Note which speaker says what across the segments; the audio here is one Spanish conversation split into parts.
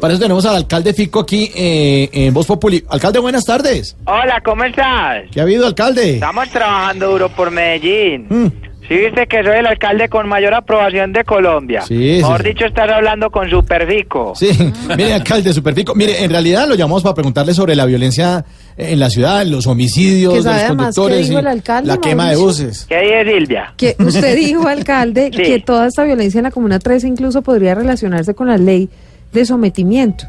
Speaker 1: Para eso tenemos al alcalde Fico aquí eh, en Voz Populi. Alcalde, buenas tardes.
Speaker 2: Hola, ¿cómo estás?
Speaker 1: ¿Qué ha habido, alcalde?
Speaker 2: Estamos trabajando duro por Medellín.
Speaker 1: Mm.
Speaker 2: Sí, viste que soy el alcalde con mayor aprobación de Colombia.
Speaker 1: Sí,
Speaker 2: Mejor
Speaker 1: sí, sí.
Speaker 2: dicho, estás hablando con Superfico.
Speaker 1: Sí, mire, alcalde, superfico. Mire, en realidad lo llamamos para preguntarle sobre la violencia en la ciudad, los homicidios
Speaker 3: Que
Speaker 1: de los
Speaker 3: sabe además qué
Speaker 1: conductores,
Speaker 3: dijo
Speaker 1: y
Speaker 3: el alcalde,
Speaker 1: la quema de
Speaker 3: Mauricio.
Speaker 1: buses.
Speaker 2: ¿Qué dice Silvia?
Speaker 3: Que usted dijo, alcalde,
Speaker 2: Sí.
Speaker 3: que toda esta violencia en la Comuna 13 incluso podría relacionarse con la ley de sometimiento,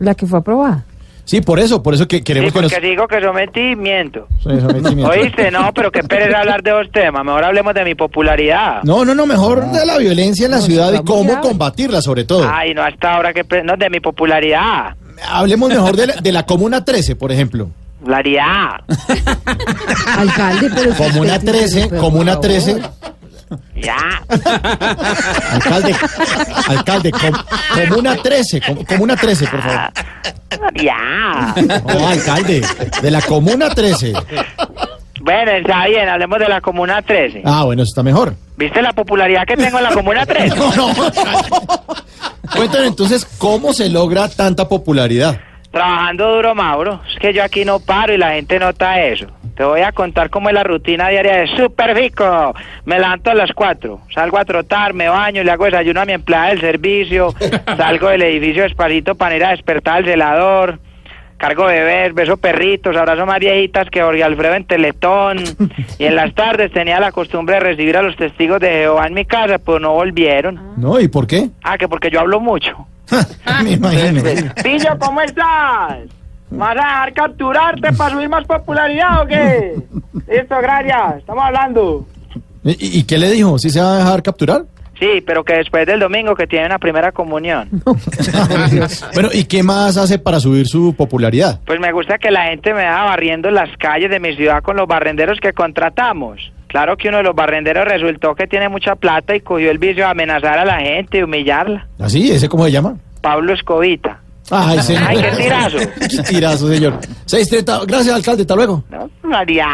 Speaker 3: la que fue aprobada.
Speaker 1: Mm. Sí, por eso, por eso que
Speaker 2: Sí,
Speaker 1: queremos que nos...
Speaker 2: porque digo que sometí, miento.
Speaker 1: Sí, sometimiento.
Speaker 2: ¿Oíste? No, pero qué pereza hablar de dos temas. Mejor hablemos de mi popularidad.
Speaker 1: No, no, no, mejor
Speaker 3: Ah.
Speaker 1: de la violencia en la
Speaker 3: No,
Speaker 1: ciudad
Speaker 3: está
Speaker 1: y
Speaker 3: muy
Speaker 1: cómo
Speaker 3: grave.
Speaker 1: combatirla, sobre todo.
Speaker 2: Ay, no, hasta ahora que... No, de mi popularidad.
Speaker 1: Hablemos mejor de la, de la Comuna 13, por ejemplo.
Speaker 2: Popularidad.
Speaker 3: Alcalde, pero... si
Speaker 1: Comuna
Speaker 3: usted tiene-
Speaker 1: 13,
Speaker 3: pero
Speaker 1: Comuna
Speaker 3: por favor.
Speaker 1: 13,
Speaker 2: Ya.
Speaker 1: alcalde, alcalde, com- Comuna 13, com- Comuna 13, por favor.
Speaker 2: Ya.
Speaker 1: Oh, alcalde, de la Comuna 13.
Speaker 2: Bueno, está bien, hablemos de la Comuna 13.
Speaker 1: Ah, bueno, eso está mejor.
Speaker 2: ¿Viste la popularidad que tengo en la Comuna 13?
Speaker 1: No, no. Cuéntanos entonces cómo se logra tanta popularidad.
Speaker 2: Trabajando duro, Mauro. Es que yo aquí no paro y la gente nota eso. Te voy a contar cómo es la rutina diaria de Superfico. Me levanto a las 4, salgo a trotar, me baño, le hago desayuno a mi empleada del servicio, salgo del edificio despacito para ir a despertar al celador, cargo bebés, beso perritos, abrazo más viejitas que Jorge Alfredo en Teletón. Y en las tardes tenía la costumbre de recibir a los testigos de Jehová en mi casa, pero no volvieron.
Speaker 1: ¿No? ¿Y por qué?
Speaker 2: Ah, que porque yo hablo mucho. Ah,
Speaker 1: Me imagino.
Speaker 2: Pillo, ¿cómo estás? ¿Vas a dejar capturarte para subir más popularidad o qué? Listo, gracias. Estamos hablando.
Speaker 1: ¿Y, y qué le dijo? ¿Si se va a dejar capturar?
Speaker 2: Sí, pero que después del domingo que tiene una primera comunión.
Speaker 1: bueno, ¿y qué más hace para subir su popularidad?
Speaker 2: Pues me gusta que la gente me va barriendo las calles de mi ciudad con los barrenderos que contratamos. Claro que uno de los barrenderos resultó que tiene mucha plata y cogió el vicio de amenazar a la gente y humillarla.
Speaker 1: ¿Así? ¿Ese cómo se llama?
Speaker 2: Pablo Escobita.
Speaker 1: Ay, señor.
Speaker 2: Ay, qué tirazo.
Speaker 1: Qué tirazo, señor. 6.30. Gracias, alcalde. Hasta luego.
Speaker 2: No, María.